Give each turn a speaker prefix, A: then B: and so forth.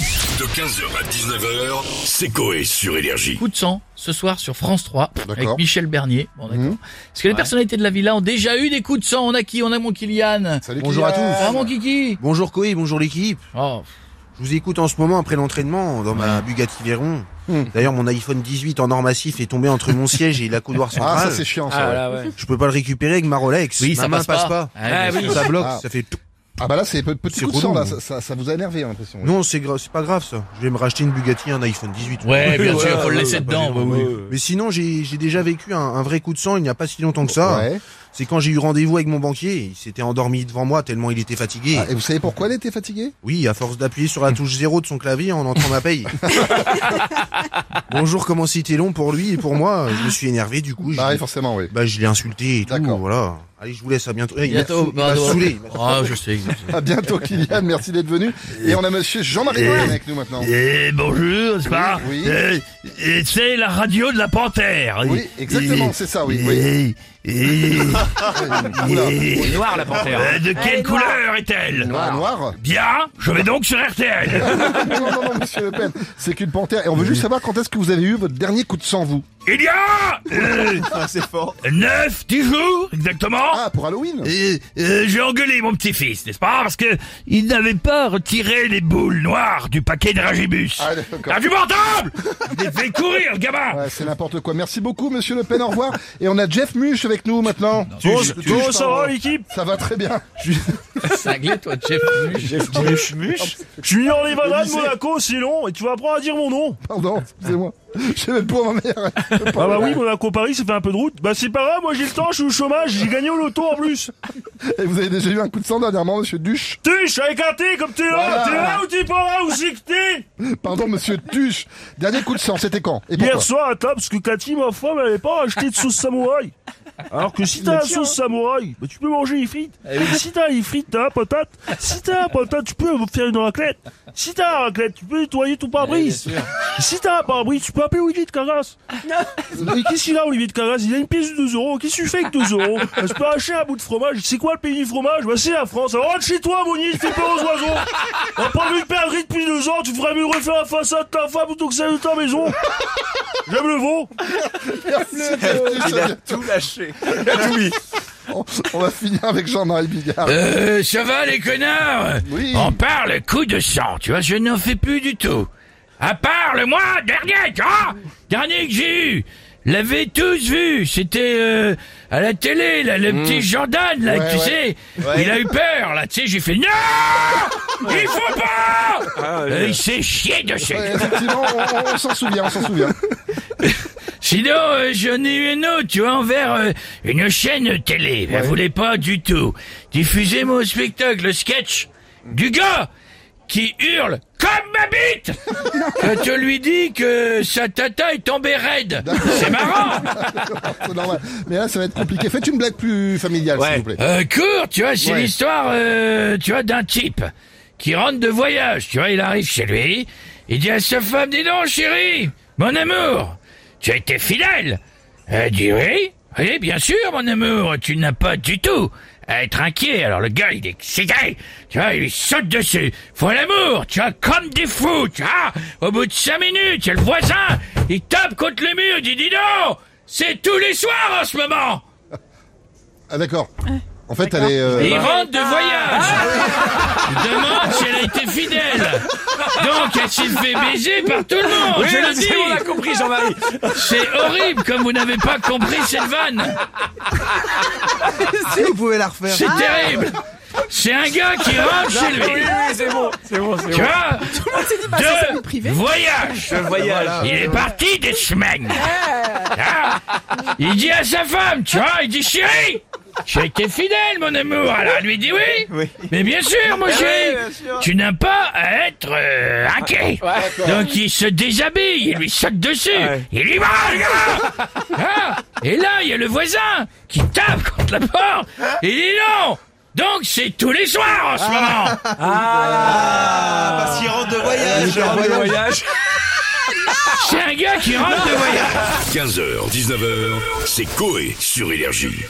A: De 15h à 19h, c'est Coé sur Énergie.
B: Coup de sang ce soir sur France 3
C: D'accord. Mhm.
B: avec Michel Bernier. Bon, d'accord. Parce que les personnalités de la villa ont déjà eu des coups de sang. On a qui On a mon Kylian.
C: Salut
D: Bonjour à
C: Kylian.
B: Ah mon Kiki.
D: Bonjour Koé, bonjour l'équipe.
B: Oh,
D: Je vous écoute en ce moment après l'entraînement dans ma Bugatti Veyron. D'ailleurs mon iPhone 18 en or massif est tombé entre mon siège et la couloir
C: Ah, ça
D: centrale.
C: c'est chiant, ça.
E: Ah
C: ouais.
E: là ouais.
D: je peux pas le récupérer avec ma Rolex.
B: oui,
D: ma
B: ça
D: main
B: passe pas.
E: Ah
B: bien
E: oui.
B: sûr.
D: Ça bloque,
C: Ah.
D: ça fait tout.
C: Ah bah là, c'est pe- petit
D: C'est
C: coup de sang,
D: relou.
C: là. Ça, ça, ça vous a énervé, j'ai l'impression. oui.
D: Non, c'est gra- c'est pas grave ça. Je vais me racheter une Bugatti et un iPhone 18.
B: Ouais, bien
D: Ouais,
B: sûr, faut le
D: ouais,
B: laisser
D: ouais,
B: dedans.
D: pas
B: oui, oui.
D: Mais sinon, j'ai j'ai déjà vécu un, un vrai coup de sang il n'y a pas si longtemps que ça.
C: Ouais.
D: C'est quand j'ai eu rendez-vous avec mon banquier. Il s'était endormi devant moi tellement il était fatigué.
C: Ah, et vous savez pourquoi elle était fatiguée
D: Oui, à force d'appuyer sur la touche zéro de son clavier en entrant ma paye. Bonjour, comment c'était long pour lui et pour moi Je me suis énervé du coup. je-
C: Bah oui, forcément, oui.
D: bah, je l'ai insulté et tout.
C: D'accord.
D: Voilà. Allez, je vous laisse à bientôt. Eh, il m'a-
B: Bientôt,
D: il m'a
B: pardon.
D: saoulé.
B: Ah, je sais. je sais.
C: À bientôt, Kylian. Merci d'être venu. Et on a monsieur Jean-Marie
F: Et-
C: Morin avec nous maintenant.
F: Eh bonjour, c'est pas
C: Oui.
F: Eh, eh, c'est la radio de la panthère.
C: Oui, exactement,
F: Eh,
C: c'est ça, oui, oui.
F: eh, eh,
C: Oula.
F: eh,
E: Il est noir la panthère.
C: hein.
F: euh, de quelle couleur est-elle
C: Ah, noir
F: Bien, je vais donc sur RTL.
C: Non, non, non, monsieur Le Pen. C'est qu'une panthère. Et on veut juste savoir quand est-ce que vous avez eu votre dernier coup de sang, vous
F: Il y a euh,
D: c'est fort.
F: 9, 10 jours exactement.
C: Ah, pour Halloween
F: Euh, euh, J'ai engueulé mon petit-fils, n'est-ce pas Parce que il n'avait pas retiré les boules noires du paquet de Ragibus.
C: Ah, d'accord.
F: T'as du portable Je l'ai fait courir, le gamin
C: Ouais, c'est n'importe quoi. Merci beaucoup, monsieur Le Pen. Au revoir. Et on a Jeff Muche avec nous maintenant.
F: Bonjour,
C: Bonjour,
F: ça va, l'équipe
C: Ça va très bien.
B: Cinglé, toi, Jeff.
G: Je suis en Levada de
C: lycée.
G: Monaco, c'est long, et tu vas apprendre à dire mon nom.
C: Pardon, excusez-moi. Je sais même pas où m'en aller.
G: Ah bah oui, Monaco-Paris, ça fait un peu de route. Bah c'est pas grave, moi j'ai le temps, je suis au chômage, j'ai gagné au loto en plus.
C: Et vous avez déjà eu un coup de sang dernièrement, monsieur Duche
G: Tuche, avec un T, comme t'es
C: Voilà.
G: là, t'es là ou t'es pas là, où c'est que t'es
C: Pardon, monsieur Duche. Dernier coup de sang, c'était quand Et pourquoi
G: Hier soir à table, parce que Cathy, ma femme, elle avait pas acheté de sauce samouraï. Alors que si t'as la sauce samouraï, bah tu peux manger les frites. Si t'as les frites, t'as la patate. Si t'as la patate, tu peux faire une raclette. Si t'as la raclette, tu peux nettoyer ton pare-brise. Si t'as un pare-brise, tu peux appeler Olivier de Cargas. Mais qu'est-ce qu'il a, Olivier de Cargas Il a une pièce de 2 euros. Qu'est-ce que tu fais avec 2 euros Bah, Je peux acheter un bout de fromage. C'est quoi le pays du fromage Bah, c'est la France. Alors rentre chez toi, Monier, fais peur aux oiseaux. On pas vu de perdre depuis 2 ans. Tu ferais mieux de refaire la façade de ta femme plutôt que celle de ta maison. J'aime le veau.
C: euh, Il a tout lâché. On, on va finir avec Jean-Marie Bigard.
B: Euh, ça va les connards
C: Oui.
B: On parle coup de sang, tu vois, je n'en fais plus du tout. À part le mois dernier, tu vois Dernier que j'ai eu L'avez tous vu, c'était euh, à la télé, là,
C: Mmh.
B: le petit Jordan, là, tu sais, il a eu peur, là, tu sais, j'ai fait non, il faut pas, Euh, il s'est chié de chez.
C: Ah, Ouais, effectivement, on, on- on s'en souvient, on s'en souvient.
B: Sinon, euh, j'en ai eu une autre, tu vois, envers euh, une chaîne télé. Elle voulait pas du tout diffuser mon spectacle, le sketch du gars qui hurle comme ma bite quand on lui dit que sa tata est tombée raide. C'est marrant.
C: C'est normal. Mais là, ça va être compliqué. Faites une blague plus familiale, s'il vous plaît.
B: Euh, court, tu vois, c'est l'histoire, euh, tu vois, d'un type qui rentre de voyage, tu vois, il arrive chez lui, il dit à sa femme, dis donc, chérie, mon amour, tu as été fidèle. Elle dit oui, oui, bien sûr, mon amour, tu n'as pas du tout à être inquiet. Alors le gars, il est excité, tu vois, il lui saute dessus. Faut l'amour, tu vois, comme des fous, tu vois. Au bout de cinq minutes, il y a le voisin, il tape contre le mur, il dit, dis donc, c'est tous les soirs en ce moment.
C: Ah, d'accord. En fait, elle est. euh,
B: Il rentre de voyage. Je ah. demande si elle a été fidèle. Donc elle s'est fait baiser par tout le monde. je le dis.
E: on a compris Jean-Marie.
B: C'est horrible comme vous n'avez pas compris cette vanne.
D: Ah, Si vous pouvez la refaire.
B: C'est terrible. C'est un gars qui rentre chez lui.
E: c'est bon, c'est bon, c'est
B: Tu vois
H: vie
B: De
H: privée.
B: voyage.
E: Le voyage.
B: Il est parti des semaines. Ah. Il dit à sa femme, tu vois, il dit chérie, j'ai été fidèle, mon amour. Alors elle lui dit oui. Mais bien sûr, mon chéri, tu n'as pas à être euh, inquiet. Donc il se déshabille, il lui saute dessus, il lui va, le gars. Ah. Et là, il y a le voisin qui tape contre la porte. Il dit non. Donc c'est tous les soirs en ce moment.
D: parce qu'il rentre de voyage.
B: C'est un gars qui rentre de voyage.
A: 15h, 19h, c'est Coé sur Énergie.